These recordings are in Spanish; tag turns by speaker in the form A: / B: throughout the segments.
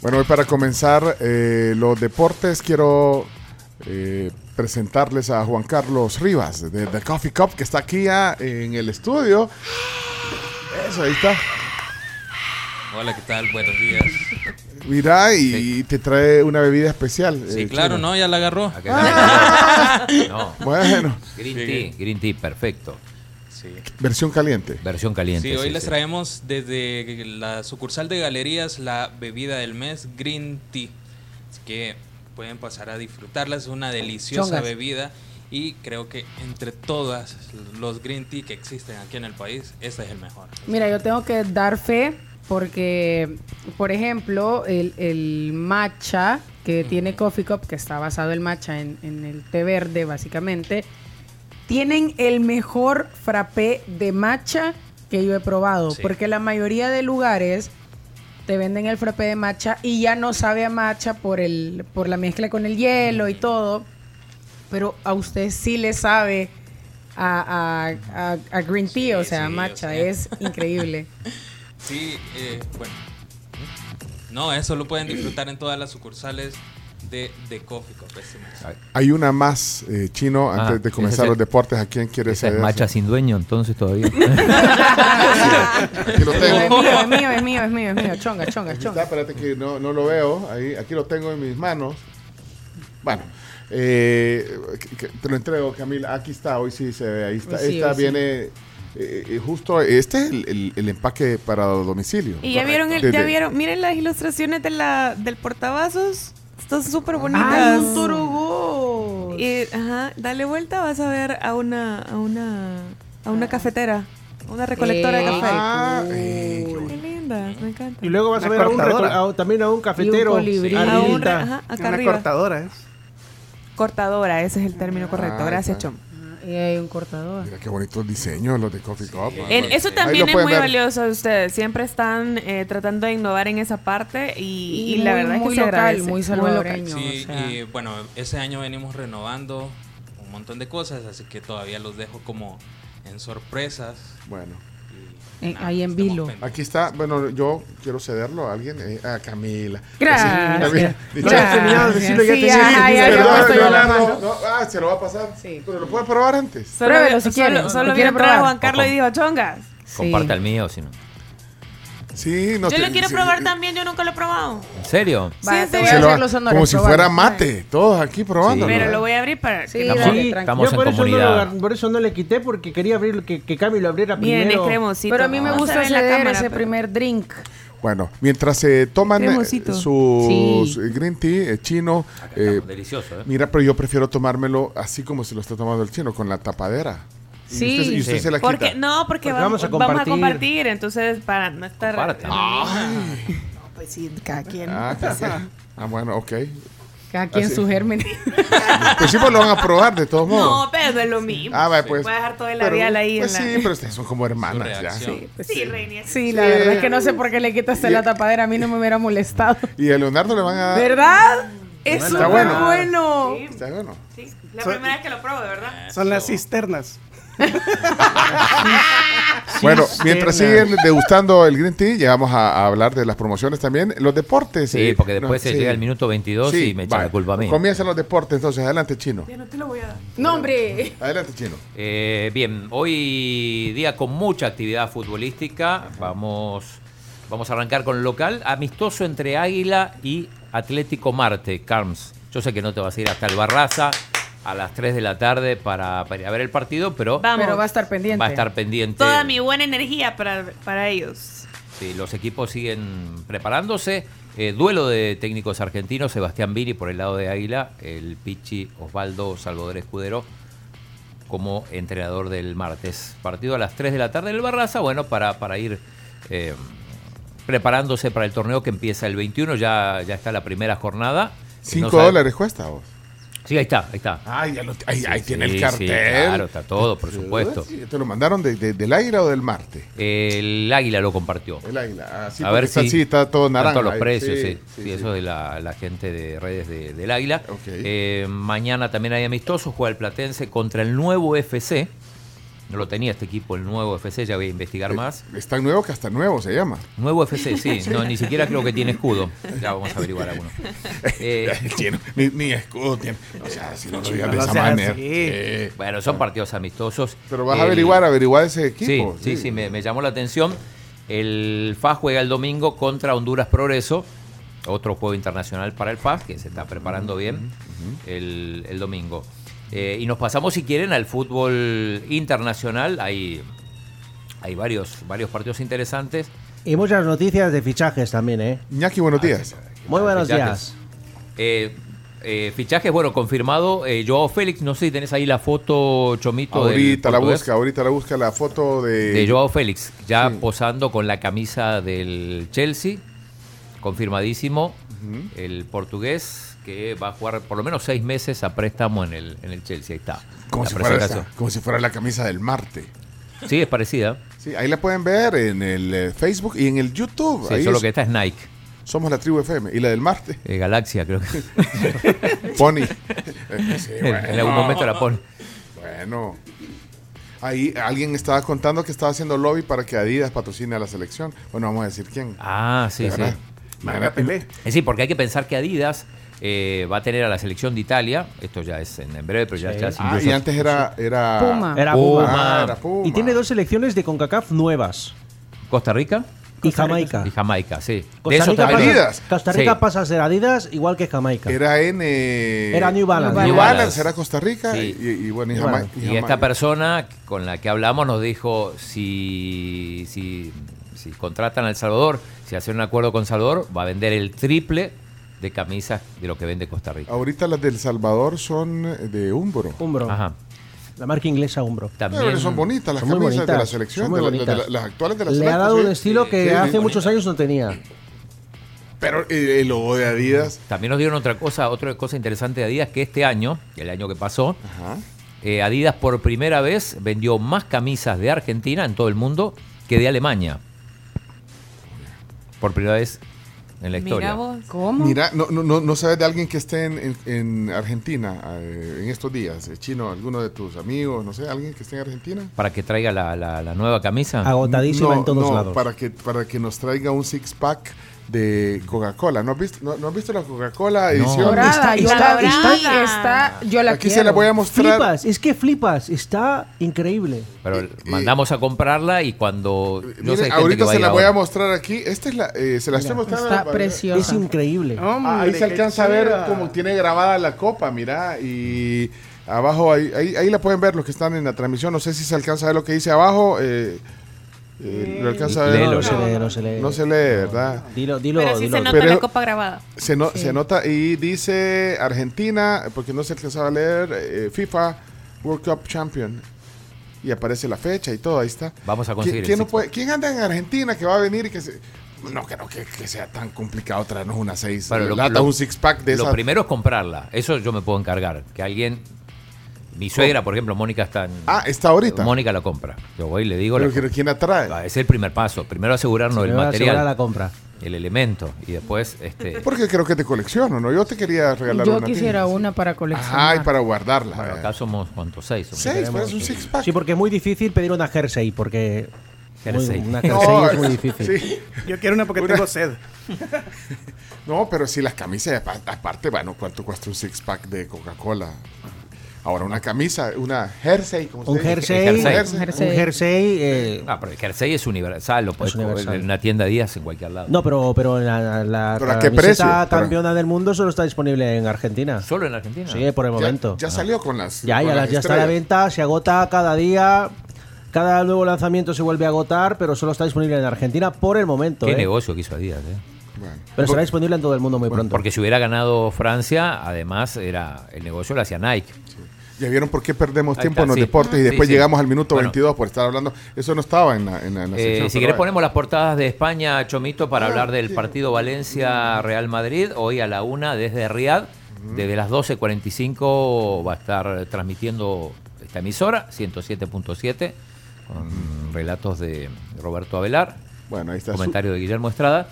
A: Bueno, hoy para comenzar eh, los deportes quiero eh, presentarles a Juan Carlos Rivas de The Coffee Cup que está aquí ya en el estudio. Eso, ahí está.
B: Hola, ¿qué tal? Buenos días.
A: Mira, y te trae una bebida especial.
B: Sí, Ah,
A: eh,
B: claro,
A: Chino.
B: no, ya la agarró.
C: Ah.
D: No,
A: Bueno,
D: Green Tea, Green Tea, perfecto.
A: versión caliente.
D: Versión caliente.
B: Sí, hoy
D: sí,
B: les
D: sí.
B: traemos desde la sucursal de galerías la bebida del mes, Green Tea. Así que pueden pasar a disfrutarla, es una deliciosa
E: Chongas.
B: bebida y creo que entre todas los Green Tea que existen aquí en el país, este es el mejor.
E: Mira, yo tengo que dar fe porque, por ejemplo, el, el matcha que tiene Coffee Cup, que está basado el matcha en, en el té verde, básicamente, tienen el mejor frappé de matcha que yo he probado.
B: Sí.
E: Porque la mayoría de lugares te venden el frappé de matcha y ya no sabe a matcha por, el, por la mezcla con el hielo y todo. Pero a usted sí le sabe a, a- a- a green tea, o
B: Sí,
E: sea,
B: sí,
E: matcha.
B: yo sé.
E: Es increíble.
B: Sí, eh, bueno. No, eso lo pueden disfrutar en todas las sucursales de, de Coffee Cup. este mes.
A: Hay una más, eh, Chino,
D: Ah,
A: antes de
D: ese
A: comenzar
D: es-
A: los deportes. ¿A quién quieres
D: Esa es
A: ceder?
D: macha sin dueño, entonces todavía.
A: Aquí lo
E: Pero
A: tengo.
E: es mío, es mío, es mío, es mío, es mío. Chonga, chonga,
A: Aquí está,
E: chonga.
A: espérate que no, no lo veo. Ahí, aquí lo tengo en mis manos. Bueno, eh, que- que te lo entrego, Camila. Aquí está, hoy sí se ve. Ahí está.
E: Sí,
A: Esta
E: hoy sí.
A: viene eh, eh, justo. Este es el, el- el empaque para domicilio.
F: Y ya vieron, el,
A: Desde-
F: ya vieron, miren las ilustraciones de la, del portavasos. Están súper
E: ¡Ah,
F: bonitas.
E: un turugú!
F: Y, ajá, dale vuelta, vas a ver a una, a una, a una cafetera, a una recolectora
E: Eh,
F: de café.
A: Ah, eh, qué
F: Qué
A: bueno.
F: linda, me encanta.
C: Y luego vas a ver a un
G: cortadora.
C: reco- a un- también a un cafetero.
E: colibrí.
F: A
C: arribita.
F: un- ajá, acá
G: Una
F: arriba.
G: cortadora ¿eh? es.
F: Cortadora, ese es el término correcto.
A: Ah,
F: Gracias,
A: está.
F: Chom.
E: Y hay un cortador.
A: Mira qué bonitos diseños los de Coffee Cup. ah,
F: El-
A: bueno.
F: eso
A: Ahí
F: también
A: lo
F: es
A: pueden
F: muy
A: ver.
F: valioso de ustedes. Siempre están eh, tratando de innovar en esa parte y,
E: Y
F: y la
E: muy-
F: verdad es que
E: muy
F: se
E: local,
F: agradece.
E: muy salvadoreño. No,
B: Sí,
E: o sea.
B: y bueno, ese año venimos renovando un montón de cosas, así que todavía los dejo como en sorpresas.
A: Bueno.
B: y
E: En-
B: nada,
E: ahí en
B: estamos
E: vilo.
B: pendientes.
A: Aquí está, bueno, yo quiero cederlo a alguien, eh, a Camila.
E: Gracias.
A: Sí,
C: No habías
E: Gracias.
C: terminado de decirlo, ya
E: Sí,
C: te dije.
E: ajá, ya, ya,
A: Perdón,
E: ya, estoy
A: no,
E: a la
A: no,
E: mano.
A: no, ah, se lo va a pasar.
E: Sí.
A: Pero lo puede probar antes.
F: Solo,
E: Pruébelo si
F: solo-
E: quiere.
F: solo
E: ¿Lo
F: vino
E: quiere
F: a probar
E: probar?
F: Juan Carlos y dijo, chongas.
D: Comparte el mío, si no.
A: Sí, no
F: yo
A: te-
F: lo quiero
A: sí,
F: probar
A: eh,
F: también, yo nunca lo he probado.
D: ¿En serio?
E: Va,
F: Sí,
A: se
E: te voy
F: sí.
E: a
A: lo
E: hacer
A: va-
E: los honores.
A: como si
E: probalo.
A: fuera mate, todos aquí probándolo.
D: Sí.
F: Pero
A: ¿eh?
F: lo voy a abrir para
E: Sí,
F: que
E: dale,
F: no-
D: Estamos-
E: tranquilo.
D: estamos
C: yo
D: en
C: por eso, no lo,
D: comunidad.
C: agar- por eso no le quité porque quería abrir que, que Cami lo abriera
F: Bien, es
C: primero.
F: cremosito.
E: Pero a mí me
F: No se
E: gusta
F: ve en la
E: ceder
F: cámara,
E: ese
F: pero-
E: primer drink.
A: Bueno, mientras se toman eh,
F: Cremosito.
A: sus
E: Sí.
A: eh, green tea eh, chino,
D: Acá
A: eh,
D: estamos, delicioso, ¿eh?
A: mira, pero yo prefiero tomármelo así como se lo está tomando el chino, con la tapadera. Y
E: Sí.
A: usted- Y usted,
D: Sí.
A: se la quita.
F: Porque, no, porque,
C: Porque
F: vamos,
C: vamos a
F: vamos a
C: compartir. Ah,
F: compartir, entonces para no estar...
D: Comparte.
F: No, pues sí, cada quien.
A: Ah, ah, bueno, ok.
E: Cada quien
A: Así.
E: su germen.
A: Pues sí, pues lo van a probar de todos modos.
F: No, pero es lo mismo.
A: Ah, vale, pues.
F: Voy a dejar todo el
A: Pero-
F: labial ahí
A: Pues
F: en
A: sí,
F: la...
A: pero ustedes son como hermanas
B: Su
A: ya.
B: reacción.
F: Sí, reina.
E: Sí, la verdad es que no sé por qué le quitaste la tapadera. A mí no me hubiera molestado.
A: Y a Leonardo le van a dar.
E: ¿Verdad? Es
A: Está
E: súper
A: Ah. bueno.
E: bueno.
A: Está bueno.
F: Sí, la primera vez que lo pruebo, de verdad.
G: Son las cisternas.
A: Bueno,
C: Sí,
A: mientras
C: cena.
A: siguen degustando el Green Tea, llegamos a, a hablar de las promociones también. Los deportes.
D: Sí,
A: eh,
D: porque
A: no,
D: después se
A: sí.
D: llega el minuto 22
A: Sí,
D: y me echa
A: vale.
D: la culpa a mí.
A: Comienzan los deportes, entonces. Adelante, Chino.
F: Ya no te lo voy a dar.
E: No, hombre.
A: Adelante, Chino.
D: Eh, bien, hoy día con mucha actividad futbolística. Vamos, vamos a arrancar con el local. Amistoso entre Águila y Atlético Marte, Carms. Yo sé que no te vas a ir hasta el Barraza a las 3 de la tarde para, para ir a ver el partido, pero va,
F: Vamos.
E: Pero va a estar pendiente.
D: a estar pendiente.
F: Toda mi buena energía para, para ellos.
D: Sí, los equipos siguen preparándose. Eh, duelo de técnicos argentinos, Sebastián Viri por el lado de Águila, el Pichi Osvaldo Salvador Escudero como entrenador del martes. Partido a las 3 de la tarde en el Barraza, bueno, para, para ir eh, preparándose para el torneo que empieza el 21, ya, ya está la primera jornada.
A: Cinco
D: No sabe-
A: dólares cuesta vos.
D: Sí, ahí está, ahí está.
A: Ah, ya lo- ahí, ahí
D: Sí,
A: tiene
D: sí,
A: el cartel.
D: claro, está todo, por supuesto.
A: Sí, ¿Te lo mandaron de- de- del águila o del Marte?
D: El águila lo compartió.
A: El águila. Ah, sí,
D: a
A: porque
D: ver
A: está,
D: si
A: sí, está todo
D: están
A: naranja.
D: todos los
A: ahí.
D: precios, sí.
A: sí,
D: Sí,
A: sí.
D: eso de la, la gente de redes de- del Águila.
A: Ok.
D: Eh, mañana también hay amistosos, juega el Platense contra el nuevo FC. No lo tenía este equipo, el nuevo FC, ya voy a
A: Eh.
D: investigar más.
A: Es tan nuevo que hasta nuevo se llama.
D: Nuevo FC, sí, no, ni siquiera creo que tiene escudo. Ya vamos a averiguar alguno. Eh,
A: El chino, ni, ni escudo tiene. O sea, si no lo digas de
C: no
A: esa
C: seas
A: manera.
C: así.
A: Eh,
D: bueno, son partidos amistosos.
A: pero vas a
D: El-
A: averiguar, averiguar ese
D: Sí,
A: equipo.
D: sí, sí, me, me llamó la atención. El FAS juega el domingo contra Honduras Progreso, otro juego internacional para el FAS, que se está preparando bien el, el domingo. Eh, y nos pasamos, si quieren, al fútbol internacional. Hay, hay varios, varios partidos interesantes.
C: Y muchas noticias de fichajes también, ¿eh?
A: Iñaki, buenos
D: Ah,
A: días.
C: Muy buenos
D: Fichajes.
C: días.
D: Eh, eh, fichajes, bueno, confirmado. Eh, Joao Félix, no sé si tenés ahí la foto, Chomito. del
A: Ahorita la
D: portugués.
A: busca, ahorita la busca la foto de.
D: de Joao Félix, ya posando con la camisa del Chelsea, confirmadísimo, el portugués que va a jugar por lo menos seis meses a préstamo en el, en el Chelsea. Ahí está.
A: como,
D: la
A: si fuera
D: presentación.
A: esa- como si fuera la camisa del Marte.
D: Sí, es parecida.
A: Sí, ahí la pueden ver en el eh, Facebook y en el YouTube.
D: Sí,
A: Pues ahí
D: solo
A: es-
D: que esta es Nike,
A: Somos la tribu FM. Y la del Marte,
D: eh, Galaxia, creo que
A: Pony. Eh, sí,
D: en, en algún momento la pone.
A: Bueno. Ahí alguien estaba contando que estaba haciendo lobby para que Adidas patrocine a la selección. Bueno, vamos a decir quién.
D: Ah, sí, sí.
A: ¿Verdad? Mañana Pelé.
D: Es sí, porque hay que pensar que Adidas eh, va a tener a la selección de Italia, esto ya es en, en breve, pero ya,
C: Sí.
D: ya es
A: Ah,
D: incluso-
A: y antes era. era
E: Puma.
C: Era
D: Puma.
A: Ah, era Puma.
C: Y tiene dos selecciones de CONCACAF nuevas.
D: Costa Rica
C: Y Jamaica.
D: y Jamaica, sí. De
C: Costa
D: eso
C: Rica,
A: también.
C: pasa,
A: Adidas.
C: Costa Rica
D: Sí.
C: pasa a ser Adidas igual que Jamaica. Era,
A: Era N.
C: New Balance.
A: New Balance,
D: New Balance.
A: era Costa Rica.
D: Sí.
A: Y, y bueno, y,
C: New
A: Jama-
C: Balance.
D: Y esta
A: Jamaica.
D: persona con la que hablamos nos dijo, si, si, si contratan a El Salvador, si hacen un acuerdo con Salvador, va a vender el triple de camisas de lo que vende Costa Rica.
A: Ahorita las del Salvador son de Umbro.
C: Umbro.
D: Ajá.
C: La marca inglesa Umbro.
D: También,
A: Pero son bonitas las
C: Son muy
A: camisas de la
C: bonitas,
A: selección,
C: son muy
A: de la- de la-
C: bonitas.
A: las actuales de la
C: Le ha
A: selección.
C: dado un
A: sí.
C: estilo que
A: Sí, sí,
C: hace
A: sí.
C: muchos años no tenía.
A: Pero eh, el logo de Adidas.
D: también nos dieron otra cosa, otra cosa interesante de Adidas, que este año, el año que pasó,
A: Ajá.
D: eh, Adidas por primera vez vendió más camisas de Argentina en todo el mundo que de Alemania. Por primera vez en la
F: Mira
D: historia.
F: vos.
E: ¿Cómo?
A: Mira, no, no, no, no sabes de alguien que esté en, en- en Argentina eh, en estos días, eh, chino, alguno de tus amigos, no sé, alguien que esté en Argentina.
D: Para que traiga la, la- la nueva camisa.
A: Ah, oh,
C: Agotadísima
A: No,
C: en todos
A: no,
C: lados.
A: Para que, para que nos traiga un six pack de Coca-Cola. ¿No, has visto- no, no has visto la Coca-Cola edición?
E: Dorada,
C: Está-
E: yo
C: está-
E: la vi,
F: está-
E: está- yo la
A: Aquí se
E: quiero.
A: la voy a mostrar.
C: Flipas, es que flipas, está increíble.
D: Pero
A: Eh,
D: mandamos a comprarla y cuando. yo
A: Miren,
D: sé gente que
A: ahorita
D: va
A: se
D: ir
A: la voy a
D: ahora.
A: mostrar aquí. Esta es la, eh, se la estoy mostrando.
E: Está
A: para-
C: Es
E: preciosa.
C: increíble.
A: ahí se alcanza a ver cómo tiene grabada la copa, mira, y abajo ahí, ahí, ahí la pueden ver los que están en la transmisión. No sé si se alcanza a ver lo que dice abajo. eh, eh, lo alcanza a ver.
D: Léelo,
C: no, se lee, no se lee.
A: No se lee, ¿verdad?
C: Dilo, dilo,
F: Pero sí
C: dilo.
F: se nota
A: Pero-
F: la copa grabada.
A: Se, no- se nota y dice Argentina, porque no se alcanzaba a leer, eh, FIFA World Cup Champion. Y aparece la fecha y todo, ahí está.
D: Vamos a
A: ¿Qui-
D: conseguir el
A: ¿Quién, no
D: six-pack.
A: puede- ¿quién anda en Argentina que va a venir y que se... No creo que, que sea tan complicado traernos una seis
D: Pero lo-
A: latas,
D: lo-
A: un six pack de
D: Lo
A: esas.
D: primero es comprarla. Eso yo me puedo encargar. Que alguien. Mi suegra, por ejemplo, Mónica está en.
A: Oh. Ah, está ahorita.
D: Mónica la compra. Yo voy y le digo.
A: Pero,
D: la-
A: quiero- ¿quién atrae?
D: Ah, es el primer paso. Primero asegurarnos el
C: Me va a asegurar la
D: material,
C: compra.
D: el elemento. Y después. este
A: Porque creo que te colecciono, ¿no? Yo te quería regalar
E: Yo
A: una.
E: quisiera
A: tienda.
E: una para
A: Ajá,
E: coleccionar.
A: y para guardarla.
D: Bueno,
A: eh.
D: acá somos cuántos seis. Somos-
A: Seis, pues es un six pack.
C: Sí, porque es muy difícil pedir una jersey, porque muy-
D: Jersey.
C: una
A: No,
C: jersey es muy difícil.
A: sí.
G: Yo quiero una porque tengo sed.
A: No, pero si las camisas, apa- aparte, bueno, ¿cuánto cuesta un six pack de Coca-Cola? Ahora, una camisa, una jersey, como
C: Un
A: ustedes dicen.
C: jersey,
D: Un
A: jersey.
C: un jersey,
E: Un
C: eh,
D: Ah, pero el jersey es universal. Lo puedes
C: Es universal.
D: comprar en una tienda Díaz en cualquier lado.
C: no, pero pero la, la
A: ¿Pero a qué precio?
C: camiseta
A: Pero-
C: campeona del mundo solo está disponible en Argentina.
D: Solo en Argentina.
C: Sí, por el
A: Ya-
C: momento.
A: Ya,
C: Ajá.
A: salió con las.
C: Ya,
A: con
C: ya,
A: las
C: la- ya está a la
A: estrellas.
C: venta, se agota cada día, cada nuevo lanzamiento se vuelve a agotar, pero solo está disponible en Argentina por el momento.
D: Qué
C: ¿eh?
D: negocio que hizo Adidas. ¿eh?
A: Bueno.
C: Pero será disponible en todo el mundo muy pronto.
D: Porque si hubiera ganado Francia, además, era el negocio lo hacía Nike.
A: Ya vieron por qué perdemos
D: Ahí
A: tiempo
D: está,
A: en los
D: sí.
A: deportes y
D: Sí,
A: después
D: sí.
A: llegamos al minuto
D: Bueno.
A: 22 por estar hablando. Eso no estaba en la, en la- en la
D: Eh,
A: sección,
D: si
A: pero
D: querés
A: bueno.
D: ponemos las portadas de España, Chomito, para hablar del partido Valencia-Real Madrid. Hoy a la una desde Riad, desde las 12.45 va a estar transmitiendo esta emisora, 107.7, con relatos de Roberto Avelar,
A: Bueno, ahí está. su-
D: comentario de Guillermo Estrada.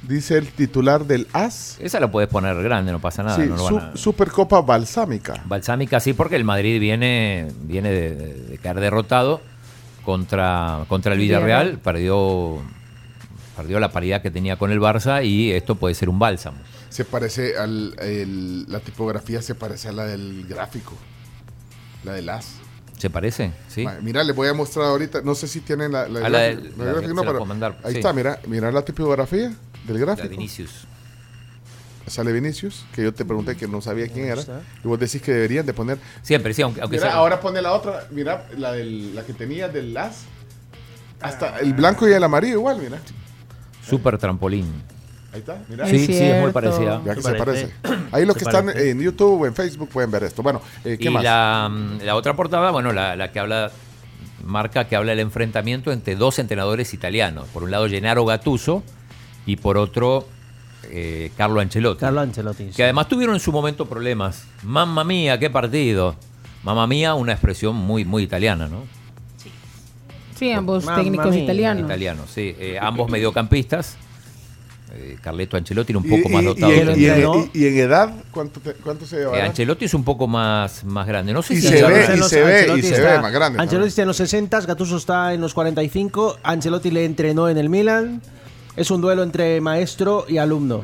A: dice el titular del AS.
D: Esa la puedes poner grande, no pasa nada.
A: sí,
D: Ah, no lo
A: su-
D: van a-
A: Supercopa Balsámica.
D: Balsámica sí, porque el Madrid viene, viene de, de caer derrotado contra, contra el Villarreal, perdió, perdió la paridad que tenía con el Barça y esto puede ser un bálsamo.
G: Se parece al. el- la tipografía se parece a la del gráfico. La del as.
D: ¿Se parece? Sí.
G: Ma- Mira, les voy a mostrar ahorita. No sé si tienen la.
D: A
G: la,
D: la
G: gráfica-
D: del-
G: la
D: la-
G: gráfica,
D: se
G: no,
D: la
G: pero
D: puedo mandar,
G: Ahí
D: sí.
G: está, mira, mira la tipografía del
D: La de
G: gráfico.
D: Vinicius.
A: Sale Vinicius, que yo te pregunté que no sabía quién era. Y vos decís que deberían de poner.
D: Siempre, sí, aunque, aunque
G: Mira,
D: sea-
G: ahora pone la otra. Mira, la, del, la que tenía del as.
A: Hasta
G: Ah.
A: el blanco y el amarillo igual, mira.
D: Super trampolín.
G: Ahí está, mira.
E: Es
D: Sí, sí, es muy
E: cierto.
D: parecida.
A: Ya que
G: Se
A: se parece.
G: parece.
A: Ahí los
G: Se
A: que están
G: parece.
A: en YouTube o en Facebook pueden ver esto. Bueno, eh, ¿qué
D: Y
A: más?
D: la, mm, la otra portada, bueno, la, la que habla, marca que habla del enfrentamiento entre dos entrenadores italianos. Por un lado, Gennaro Gattuso y por otro, eh, Carlo Ancelotti.
C: Carlo Ancelotti.
D: Que además tuvieron en su momento problemas. Mamma mía, qué partido. Mamma mía, una expresión muy, muy italiana, ¿no?
E: Sí, ambos
C: Mamma
E: técnicos
C: mia.
E: italianos.
D: Italiano, sí. Eh, ambos mediocampistas. Eh, Carleto Ancelotti era un
A: Y-
D: poco
A: y-
D: más
A: y-
D: dotado.
A: y
D: que
A: en- y, en,
D: Ancelotti.
A: y- y en edad, ¿cuánto, te- cuánto se lleva?
D: Eh, Ancelotti es un poco más, más grande. No sé
A: Y
D: si
A: se
D: ya-
A: ve,
C: Ancelotti
A: y se ve,
C: Ancelotti
A: y se
C: está-
A: ve más grande.
C: Ancelotti está en los 60, Gattuso está en los 45, Ancelotti le entrenó en el Milan. Es un duelo entre maestro y alumno.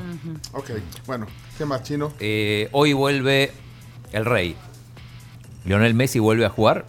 A: Ok, bueno, ¿qué más chino?
D: Eh, hoy vuelve el rey. Lionel Messi vuelve a jugar.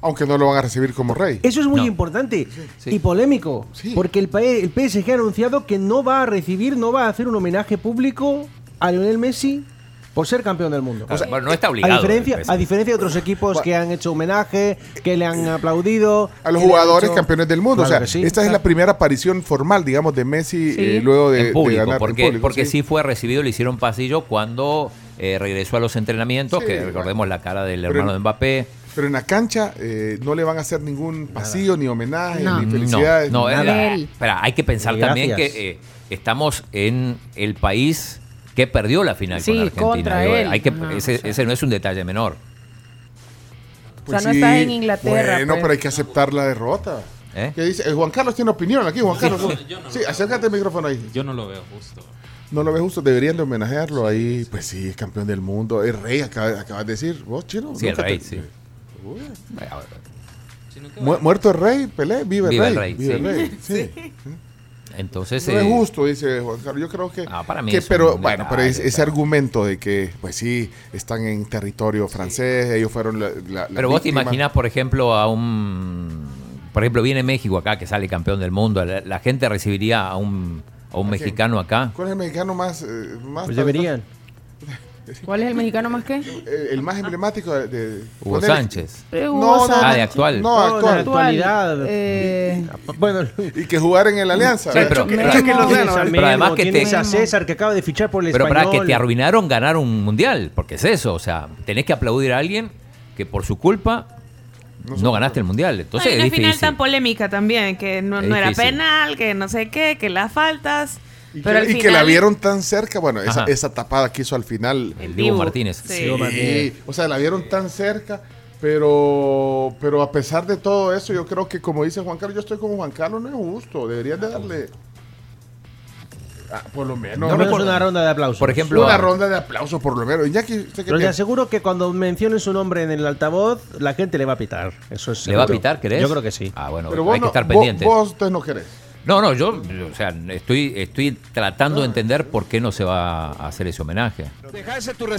A: Aunque no lo van a recibir como rey.
C: Eso es muy
D: No.
C: importante
D: Sí.
C: y polémico,
A: Sí.
C: porque el, pa- el PSG ha anunciado que no va a recibir, no va a hacer un homenaje público a Lionel Messi por ser campeón del mundo.
D: Claro, bueno, no está
C: a
D: obligado.
C: diferencia,
D: el PSG.
C: a diferencia de otros equipos que han hecho homenaje, que le han aplaudido. que
A: A los
C: le han
A: jugadores
C: hecho-
A: campeones del mundo.
C: Claro
A: o sea,
C: que sí.
A: esta es la primera aparición formal, digamos, de Messi
E: Sí.
A: eh, luego de,
D: en público,
A: de ganar
D: porque,
A: en público,
D: porque sí. fue recibido, le hicieron pasillo cuando eh, regresó a los entrenamientos,
A: Sí,
D: que recordemos la cara del
A: Pero
D: hermano
A: el-
D: de Mbappé.
A: Pero en la cancha eh, no le van a hacer ningún pasillo, ni homenaje,
E: No.
A: ni felicidades.
D: No, no,
A: nada.
D: eh, la-
E: Él.
D: espera, hay que pensar
C: Ni
D: también
C: gracias.
D: que eh, estamos en el país que perdió la final
E: Sí,
D: con Argentina.
E: contra
D: Digo,
E: él.
D: Hay que,
E: Ajá,
D: ese,
E: o sea.
D: ese no es un detalle menor.
E: O sea, no estás en Inglaterra,
A: Pues Bueno,
E: pues.
A: pero hay que aceptar la derrota.
D: ¿Eh?
A: ¿Qué dice? Eh, Juan Carlos tiene opinión aquí, Juan Carlos.
B: yo no
A: sí,
B: lo-
A: acércate el micrófono ahí.
B: Yo no lo veo justo.
A: No lo ves justo, deberían de homenajearlo ahí. Pues sí, es campeón del mundo, es rey, acaba- acabas de decir. ¿Vos, chino?
D: Sí, el
A: Nunca
D: rey,
A: te-
D: sí.
A: Uy.
D: Bueno,
B: Sino que,
A: Mu- muerto el rey, Pelé, vive el
D: Viva el
A: rey.
D: rey,
A: vive el
D: sí.
A: rey, sí.
D: Entonces.
A: No es
D: eh,
A: justo, dice Juan Carlos. Yo creo que.
D: Ah, para mí
A: que-
D: es un
A: pero, bueno, pero es-
D: detalle,
A: ese
D: claro.
A: argumento de que, pues sí, están en territorio francés, ellos fueron la. la- la
D: Pero vos te
A: víctima.
D: imaginas, por ejemplo, a un. Por ejemplo, viene México acá, que sale campeón del mundo. La, la gente recibiría a un, a un
A: quién?
D: mexicano acá.
A: ¿Cuál es el mexicano más. eh, más
C: Pues deberían.
E: ¿Cuál es el mexicano más que?
A: eh, el más emblemático de. de-
D: Hugo
A: ponele-
D: Sánchez.
A: No, no, no,
D: Ah, de actual.
A: No,
C: Eh, No, de actual.
A: actual.
C: actualidad.
E: Eh,
C: Bueno,
A: Y que jugar en el Alianza.
D: Sí,
A: ¿verdad?
D: pero,
E: Memo.
D: pero-
E: Memo.
C: tienes a
D: pero
C: Memo,
D: además que te,
C: tienes a César que acaba de fichar por el
D: pero para
C: español.
D: que te arruinaron ganar un mundial, porque es eso, o sea, tenés que aplaudir a alguien que por su culpa no, ganaste el mundial. Entonces
F: Ay,
D: es
F: una
D: difícil.
F: final tan polémica también, que no,
D: Es
F: no era
D: difícil.
F: penal, que no sé qué, que las faltas.
A: Y,
F: pero
A: que,
F: al
A: y que la
F: final-
A: vieron tan cerca. Bueno, esa,
D: Ajá.
A: esa tapada que hizo al final.
D: el
F: vivo.
D: Dibu Martínez.
F: Sí.
A: Sí, o sea, la vieron tan cerca, pero, pero a pesar de todo eso, yo creo que como dice Juan Carlos, yo estoy como Juan Carlos, no es justo, deberían de darle ah, por lo menos,
C: No, menos
A: por-
C: una ronda de aplausos.
D: Por ejemplo,
A: una
D: a-
A: ronda de aplausos por lo menos. Iñaki, ¿usted qué
C: Pero te
A: piensa?
C: aseguro que cuando mencionen su nombre en el altavoz, la gente le va a pitar. Eso es
D: ¿le va a
C: seguro.
D: pitar, crees?
C: Yo creo que sí.
D: Ah, bueno,
A: Pero
D: hay
A: vos
D: que
A: no-
D: estar
A: vos-
D: pendiente.
A: Vos, ustedes no querés.
D: No, no, yo, o sea, estoy, estoy tratando de entender por qué no se va a hacer ese homenaje.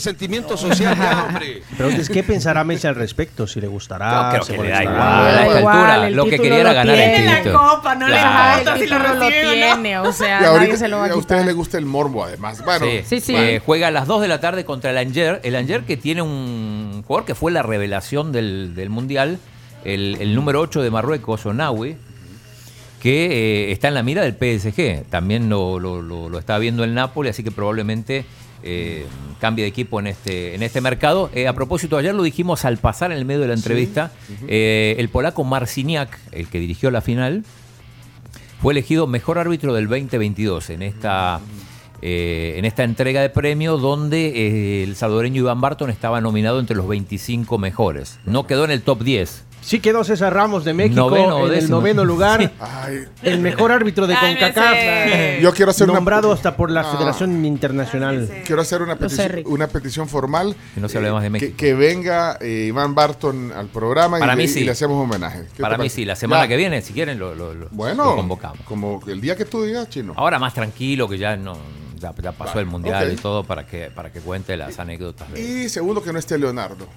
C: Pero es que pensará Messi al respecto, si le gustará.
D: No, creo
C: se
D: que le da
C: molestará.
D: igual. A esta
E: Da igual,
D: altura,
E: el
D: lo que
E: título
D: quería
E: lo
D: era ganar
E: tiene.
D: el
F: Tiene la
D: título.
F: copa, no
D: Claro.
F: le importa
E: el
F: si lo
E: título lo
F: recibe o no.
E: tiene, o sea,
A: y
E: nadie se
A: ahorita,
E: lo va a
A: y a ustedes
E: quitar.
A: les gusta el morbo, además. Bueno,
D: Sí.
E: Sí, sí.
D: Eh, juega a las 2 de la tarde contra el Anger. El Anger que tiene un jugador que fue la revelación del, del Mundial, el, el número 8 de Marruecos, Onawi. que eh, está en la mira del PSG. También lo, lo- lo- lo está viendo el Napoli, así que probablemente eh, cambie de equipo en este, en este mercado. Eh, a propósito, ayer lo dijimos al pasar en el medio de la entrevista, eh, el polaco Marciniak, el que dirigió la final, fue elegido mejor árbitro del 2022 en esta, eh, en esta entrega de premios donde eh, el salvadoreño Iván Barton estaba nominado entre los 25 mejores. No quedó en el top 10.
C: Sí quedó César Ramos de México
D: Noveno o
C: en el
D: décimo.
C: noveno lugar.
A: Ay,
C: El mejor árbitro de
F: Cálmese.
C: CONCACAF.
A: Yo quiero hacer una-
C: nombrado hasta por la
A: Ah.
C: Federación Internacional.
A: Quiero hacer una
E: sé,
A: petición,
E: Rick.
A: una petición formal. eh,
D: Que no se hable más de
A: que-
D: México.
A: Que, venga eh, Iván Barton al programa y
D: Para
A: le-
D: mí
A: y,
D: sí.
A: le hacemos un homenaje. ¿Qué te
D: Para mí
A: parece?
D: sí, la semana
A: Ya.
D: que viene, si quieren, lo, lo- lo-
A: Bueno,
D: lo convocamos. Ah.
A: Como el día que tú digas, chino.
D: Ahora más tranquilo, que ya no ya, ya pasó
A: Vale,
D: el mundial
A: ok.
D: y todo para que para que cuente las anécdotas. de-
A: Y segundo, que no esté Leonardo.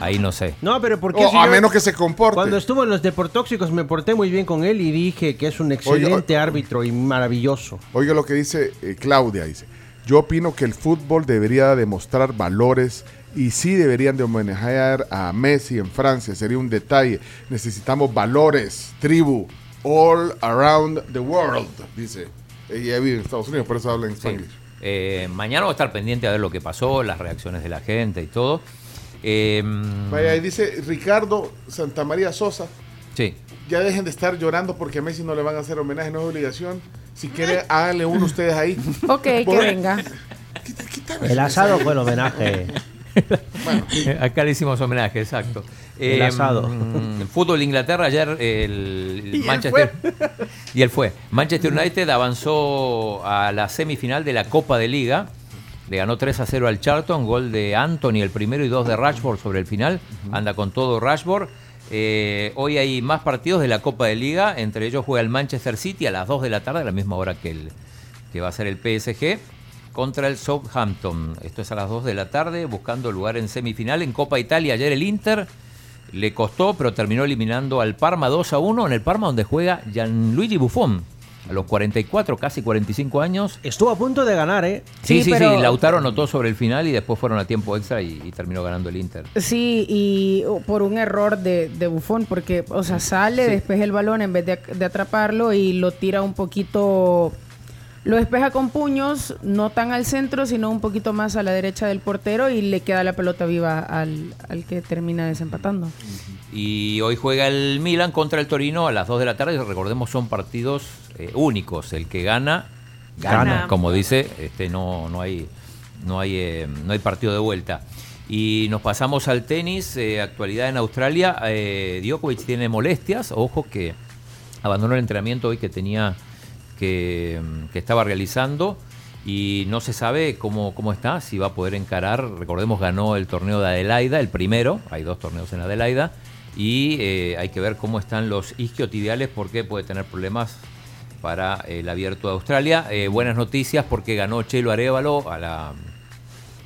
D: Ahí no sé.
C: No, pero porque
A: O, a menos que se comporte.
C: Cuando estuvo en los Deportóxicos me porté muy bien con él y dije que es un excelente árbitro y maravilloso.
A: Oiga lo que dice eh, Claudia, dice, yo opino que el fútbol debería demostrar valores y sí deberían de homenajear a Messi en Francia, sería un detalle. Necesitamos valores, tribu, all around the world, dice. Ella vive en Estados Unidos, por eso habla en
D: Sí.
A: español.
D: Eh, mañana voy a estar pendiente a ver lo que pasó, las reacciones de la gente y todo. Eh,
A: Vaya, y dice Ricardo Santamaría Sosa,
D: sí.
A: ya dejen de estar llorando porque a Messi no le van a hacer homenaje, no es obligación. Si quieren, háganle uno ustedes ahí.
E: Ok, que
A: Bueno.
E: venga.
C: El asado fue el homenaje.
D: Eh, Acá le hicimos homenaje, exacto.
C: El asado.
D: mm, fútbol de Inglaterra ayer el Manchester y él fue. Manchester United avanzó a la semifinal de la Copa de Liga. Le ganó 3 a 0 al Charlton, gol de Anthony el primero y dos de Rashford sobre el final. Anda con todo Rashford. Eh, hoy hay más partidos de la Copa de Liga, entre ellos juega el Manchester City a las 2 de la tarde, a la misma hora que el que va a ser el PSG contra el Southampton. Esto es a las 2 de la tarde, buscando lugar en semifinal en Copa Italia. Ayer el Inter le costó, pero terminó eliminando al Parma 2 a 1 en el Parma donde juega Gianluigi Buffon. A los 44, casi 45 años.
C: Estuvo a punto de ganar, ¿eh?
D: Sí,
E: Sí,
D: sí,
E: pero-
D: sí. Lautaro anotó sobre el final y después fueron a tiempo extra y, y terminó ganando el Inter.
E: Sí, y oh, por un error de, de Bufón, porque, o sea, sale, despeja el balón en vez de, de atraparlo y lo tira un poquito. Lo despeja con puños, no tan al centro, sino un poquito más a la derecha del portero y le queda la pelota viva al, al que termina desempatando.
D: Y hoy juega el Milan contra el Torino a las 2 de la tarde. Recordemos, son partidos eh, únicos. El que gana, gana.
F: Gana.
D: Como dice, este no, no hay, no hay, eh, no hay partido de vuelta. Y nos pasamos al tenis, eh, actualidad en Australia. Eh, Djokovic tiene molestias, ojo que abandonó el entrenamiento hoy que tenía que, que estaba realizando y no se sabe cómo, cómo está, si va a poder encarar. Recordemos, ganó el torneo de Adelaida, el primero, hay dos torneos en Adelaida, y eh, hay que ver cómo están los isquiotibiales porque puede tener problemas para el abierto de Australia. Eh, buenas noticias porque ganó Chelo Arevalo a la,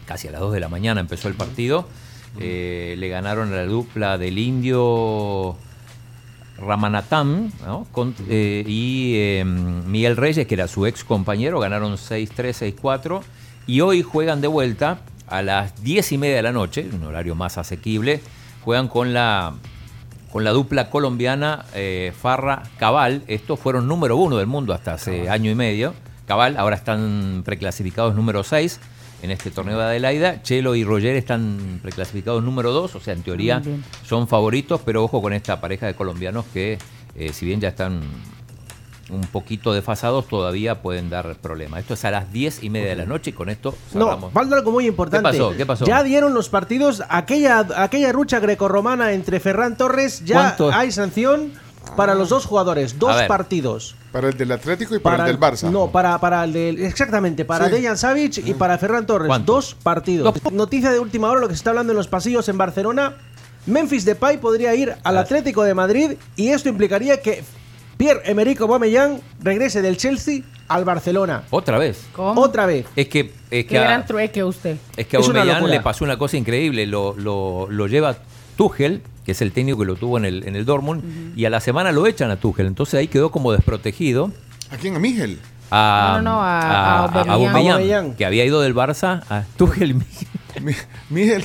D: casi a las 2 de la mañana empezó el partido. Eh, le ganaron a la dupla del indio Ramanatam ¿no? Con- eh, y eh, Miguel Reyes, que era su ex compañero, ganaron 6-3, 6-4. Y hoy juegan de vuelta a las 10 y media de la noche, un horario más asequible. Juegan con la, con la dupla colombiana eh, Farra Cabal. Estos fueron número uno del mundo hasta hace año y medio. Cabal, ahora están preclasificados número 6 en este torneo de Adelaida. Chelo y Roger están preclasificados número 2, o sea, en teoría
E: Muy bien.
D: son favoritos, pero ojo con esta pareja de colombianos que, eh, si bien ya están un poquito desfasados, todavía pueden dar problemas. Esto es a las 10 y media de la noche y con esto
C: No,
D: cerramos.
C: falta algo muy importante.
D: ¿Qué pasó? ¿Qué pasó?
C: Ya dieron los partidos, aquella, aquella rucha grecorromana entre Ferran Torres, ya
D: ¿Cuánto?
C: hay sanción para los dos jugadores, dos
D: A ver.
C: partidos.
A: Para el del Atlético y para, el del Barça.
C: No, para, para el del. Exactamente, para
A: Sí.
C: Dejan Savic y para Ferran Torres.
D: ¿Cuánto?
C: Dos partidos. Noticia de última hora: lo que se está hablando en los pasillos en Barcelona. Memphis Depay podría ir al Atlético de Madrid y esto implicaría que Pierre-Emerick Aubameyang regrese del Chelsea al Barcelona.
D: Otra vez.
E: ¿Cómo?
C: Otra vez.
D: Es que, es
E: Qué
D: que a,
E: gran trueque usted.
D: es que a
C: Es una
D: Aubameyang
C: locura.
D: le pasó una cosa increíble. Lo, lo- lo lleva Tuchel, que es el técnico que lo tuvo en el, en el Dortmund, y a la semana lo echan a Tuchel. Entonces ahí quedó como desprotegido.
A: ¿A quién? ¿A Miguel?
D: a,
E: No, no, no, a- a Aubameyang.
D: Aubameyang,
C: Aubameyang.
D: que había ido del Barça a Tuchel.
A: Mi- Miguel,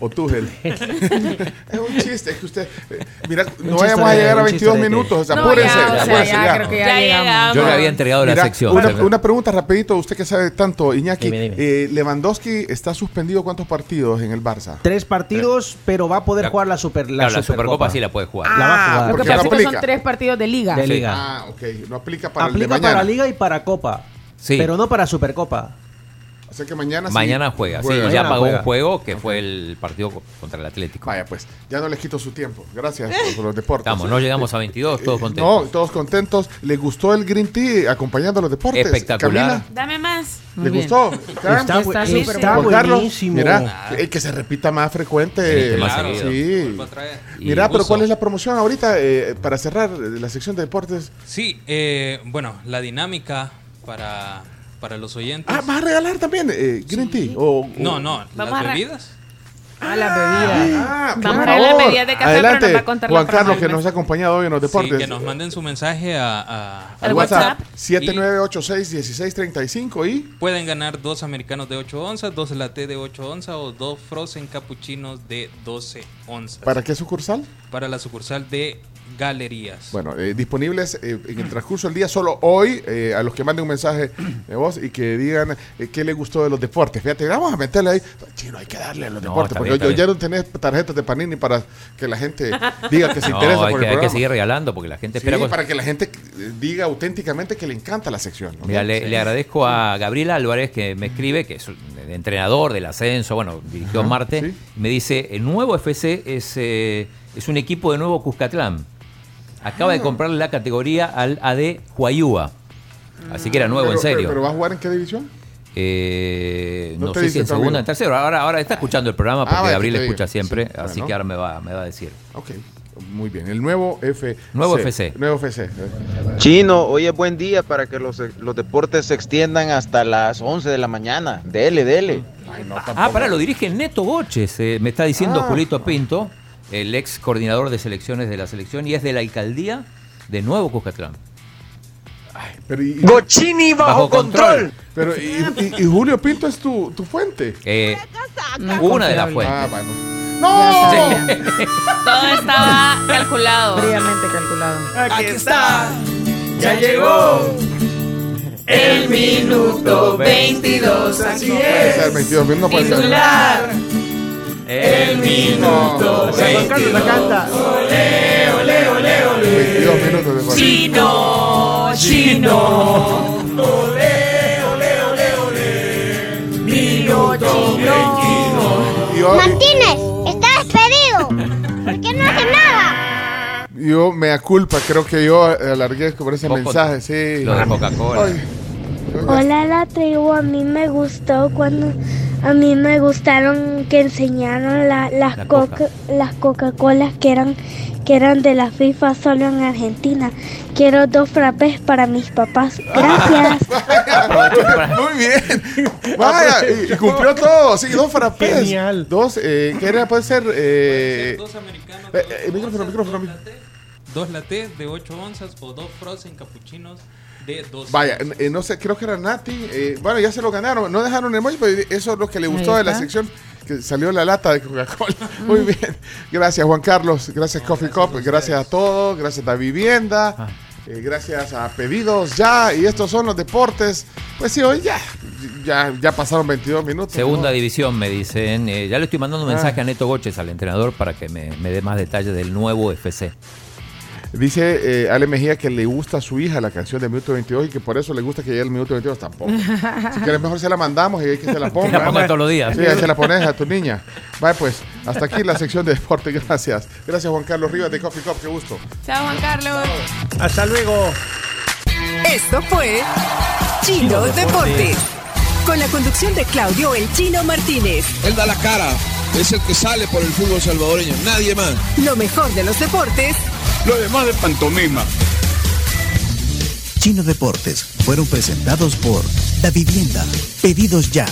A: o Tuchel. es un chiste, es que usted. eh, Mira, no
G: chiste
A: vayamos a
G: de-
A: llegar a
G: un
A: 22
G: chiste de-
A: minutos, o sea,
G: No,
A: apúrense.
G: ya, o sea,
A: apúrense,
G: ya creo que ya Ya llegamos.
E: Ah,
G: llegamos.
D: Yo le había entregado la
A: Mira,
D: sección.
A: Una,
D: Pero-
A: una pregunta rapidito, usted que sabe tanto, Iñaki.
C: Dime, dime.
A: eh, Lewandowski está suspendido cuántos partidos en el Barça?
C: Tres partidos, pero va a poder
D: La-
C: jugar la Super
D: Claro, la Supercopa sí la puede
F: Ah,
D: jugar.
C: La va a jugar.
E: Lo
A: Ya
E: que pasa es que son
A: Ah, aplica.
E: tres partidos de liga.
C: De liga.
A: Ah, ok. No aplica para el de
C: Aplica
A: mañana.
C: para Liga y para Copa,
D: Sí.
C: pero no para Supercopa.
A: O sea que mañana sí
D: Mañana juega, sí,
A: juega.
D: ya
C: Mañana
D: pagó
C: juega.
D: un juego que fue el partido co- contra el Atlético.
A: Vaya, pues, ya no les quito su tiempo. Gracias por- por los deportes.
D: Estamos, no llegamos a 22,
C: Eh,
D: todos
A: No,
D: contentos.
A: todos contentos. ¿Les gustó el Green Tea acompañando los deportes?
D: Espectacular.
F: Dame más.
A: ¿Le
E: Muy bien.
A: gustó? Carmen,
C: Está bu-
F: eh,
E: súper
C: está
A: Juan Carlos,
C: buenísimo.
A: mira, eh, que se repita más frecuente.
D: Sí, que más
A: Claro,
D: seguido.
A: sí.
B: Vuelvo a traer.
A: Mira,
D: Y
A: pero
D: gusto.
A: ¿cuál es la promoción ahorita eh, para cerrar eh, la sección de deportes?
B: Sí, eh, bueno, la dinámica para, para los oyentes.
A: Ah, ¿vas a regalar también eh, Green Tea? O, o-
B: no, no,
F: Vamos a
B: las
F: arran-
B: bebidas.
E: A las bebidas.
A: Ah, por
F: Vamos a regalar
A: favor.
F: bebidas de café, pero
A: Adelante,
F: nos va a contar la
A: Juan
F: promo
A: Carlos,
F: del
A: que
F: mes.
A: nos ha acompañado hoy en los deportes.
B: Sí, que nos manden su mensaje a, a-
F: Al
A: Al WhatsApp,
F: WhatsApp.
A: 7986-1635 y...
B: Pueden ganar dos americanos de 8 onzas, dos latte de 8 onzas o dos frozen capuchinos de 12 onzas.
A: ¿Para qué sucursal?
B: Para la sucursal de Galerías.
A: Bueno, eh, disponibles eh, en el transcurso del día solo hoy eh, a los que manden un mensaje de voz y que digan eh, qué les gustó de los deportes. Fíjate, vamos a meterle ahí. Chino, hay que darle a los
D: No,
A: deportes
D: está
A: porque
D: bien, está
A: hoy- hoy ya
D: bien.
A: no tenés tarjetas de Panini para que la gente diga que se interesa
D: No, hay,
A: por el
D: que, hay que
A: programa.
D: seguir regalando porque la gente
A: Sí,
D: espera. pues. cosas.
A: para que la gente eh, diga auténticamente que le encanta la sección. ¿no?
D: Mira, le,
A: Sí.
D: le agradezco a Gabriel Álvarez que me escribe, que es un entrenador del ascenso, bueno, dirigió Marte.
A: sí.
D: Me dice: el nuevo FC es, eh, es un equipo de nuevo Cuscatlán. Acaba
A: Ah.
D: de comprarle la categoría al AD Huayúa. Así que era nuevo,
A: Pero-
D: en serio.
A: Pero, pero va a jugar en qué división?
D: Eh,
A: No
D: no
A: te
D: sé
A: dice
D: si en
A: tu amigo.
D: segunda, en tercera. Ahora, ahora está escuchando el programa
A: Ah,
D: porque
A: vaya,
D: Gabriel
A: que te
D: escucha
A: digo.
D: siempre,
A: Sí,
D: así
A: bueno.
D: que ahora me va, me va a decir.
A: Ok, muy bien. El nuevo FC.
D: Nuevo FC.
A: Nuevo FC.
H: Chino, hoy es buen día para que los, los deportes se extiendan hasta las 11 de la mañana. Dele, dele.
D: Ah, pará, lo dirige Neto Boches, eh, me está diciendo
A: Ah.
D: Julito Pinto, el ex coordinador de selecciones de la selección y es de la alcaldía de Nuevo Cuscatlán.
A: Pero, y,
C: Bochini
D: Bajo control.
A: pero y- y- y Julio Pinto es tu, tu fuente.
D: Eh,
E: No es
D: una de las
E: confiable.
D: fuentes.
A: Ah, bueno.
E: Ya
A: ¡No!
E: sabía.
F: Todo estaba calculado.
E: Fríamente calculado.
I: Aquí está, ya
D: llegó
I: el minuto 22. Así
A: Puede ser 22 mil, no puede ser.
D: El
A: No,
C: Juan Carlos la canta.
A: 22 minutos de partido.
I: Chino, chino.
A: Y Yo,
J: Martínez, está despedido. ¿Por qué no hace nada?
A: yo me aculpa, creo que yo alargué con ese
D: Poco-
A: mensaje, sí.
D: Lo de Coca-Cola.
A: Ay, yo ya-
J: Hola, la tribu. A mí me gustó cuando. A mí me gustaron que enseñaron la- las,
D: La
J: coca-
D: coca.
J: las Coca-Colas que eran, que eran de la FIFA solo en Argentina. Quiero dos frappés para mis papás. Gracias.
A: Muy bien. Vaya, y, y cumplió todo. Sí, dos frappés.
C: Genial.
A: Dos, eh, ¿qué era? Puede ser. Eh,
B: Dos americanos.
A: eh,
B: de
A: eh,
B: ocho
A: micrófono,
B: onzas,
A: micrófono,
B: dos
A: micrófono.
B: latte- Dos latés de 8 onzas o dos frozen capuchinos de 12.
A: Vaya, eh, no sé, creo que era Nati. eh, bueno, ya se lo ganaron. No dejaron emoji, pero eso es lo que le gustó
E: Ahí
A: de la
E: está.
A: sección. Que salió la lata de Coca-Cola. Muy bien. Gracias, Juan Carlos. Mm. Gracias, Coffee Cup. Gracias a todos. Gracias a Vivienda. eh, gracias a Pedidos Ya. Y estos son los deportes. Pues sí, hoy ya. Ya, ya pasaron 22 minutos.
D: Segunda
A: ¿no?
D: división, me dicen. Eh, ya le estoy mandando un mensaje a Neto Boches, al entrenador, para que me, me dé más detalles del nuevo FC.
A: Dice eh, Ale Mejía que le gusta a su hija la canción del minuto 22 y que por eso le gusta que llegue el minuto 22 tampoco. Si quieres, mejor se la mandamos y hay que se la
D: Que
A: ponga.
D: la pongan todos los días.
A: Sí, ahí se la pones a tu niña. Vale, pues, hasta aquí la sección de deporte. Gracias. Gracias, Juan Carlos Rivas de Coffee Cup. Qué gusto.
F: Chao, Juan Carlos.
C: Hasta luego.
K: Esto fue Chino Deportes. Con la conducción de Claudio El Chino Martínez.
I: Él da la cara, es el que sale por el fútbol salvadoreño, nadie más.
K: Lo mejor de los deportes
I: Lo demás de pantomima. Chino Deportes fueron presentados por La Vivienda, Pedidos Ya,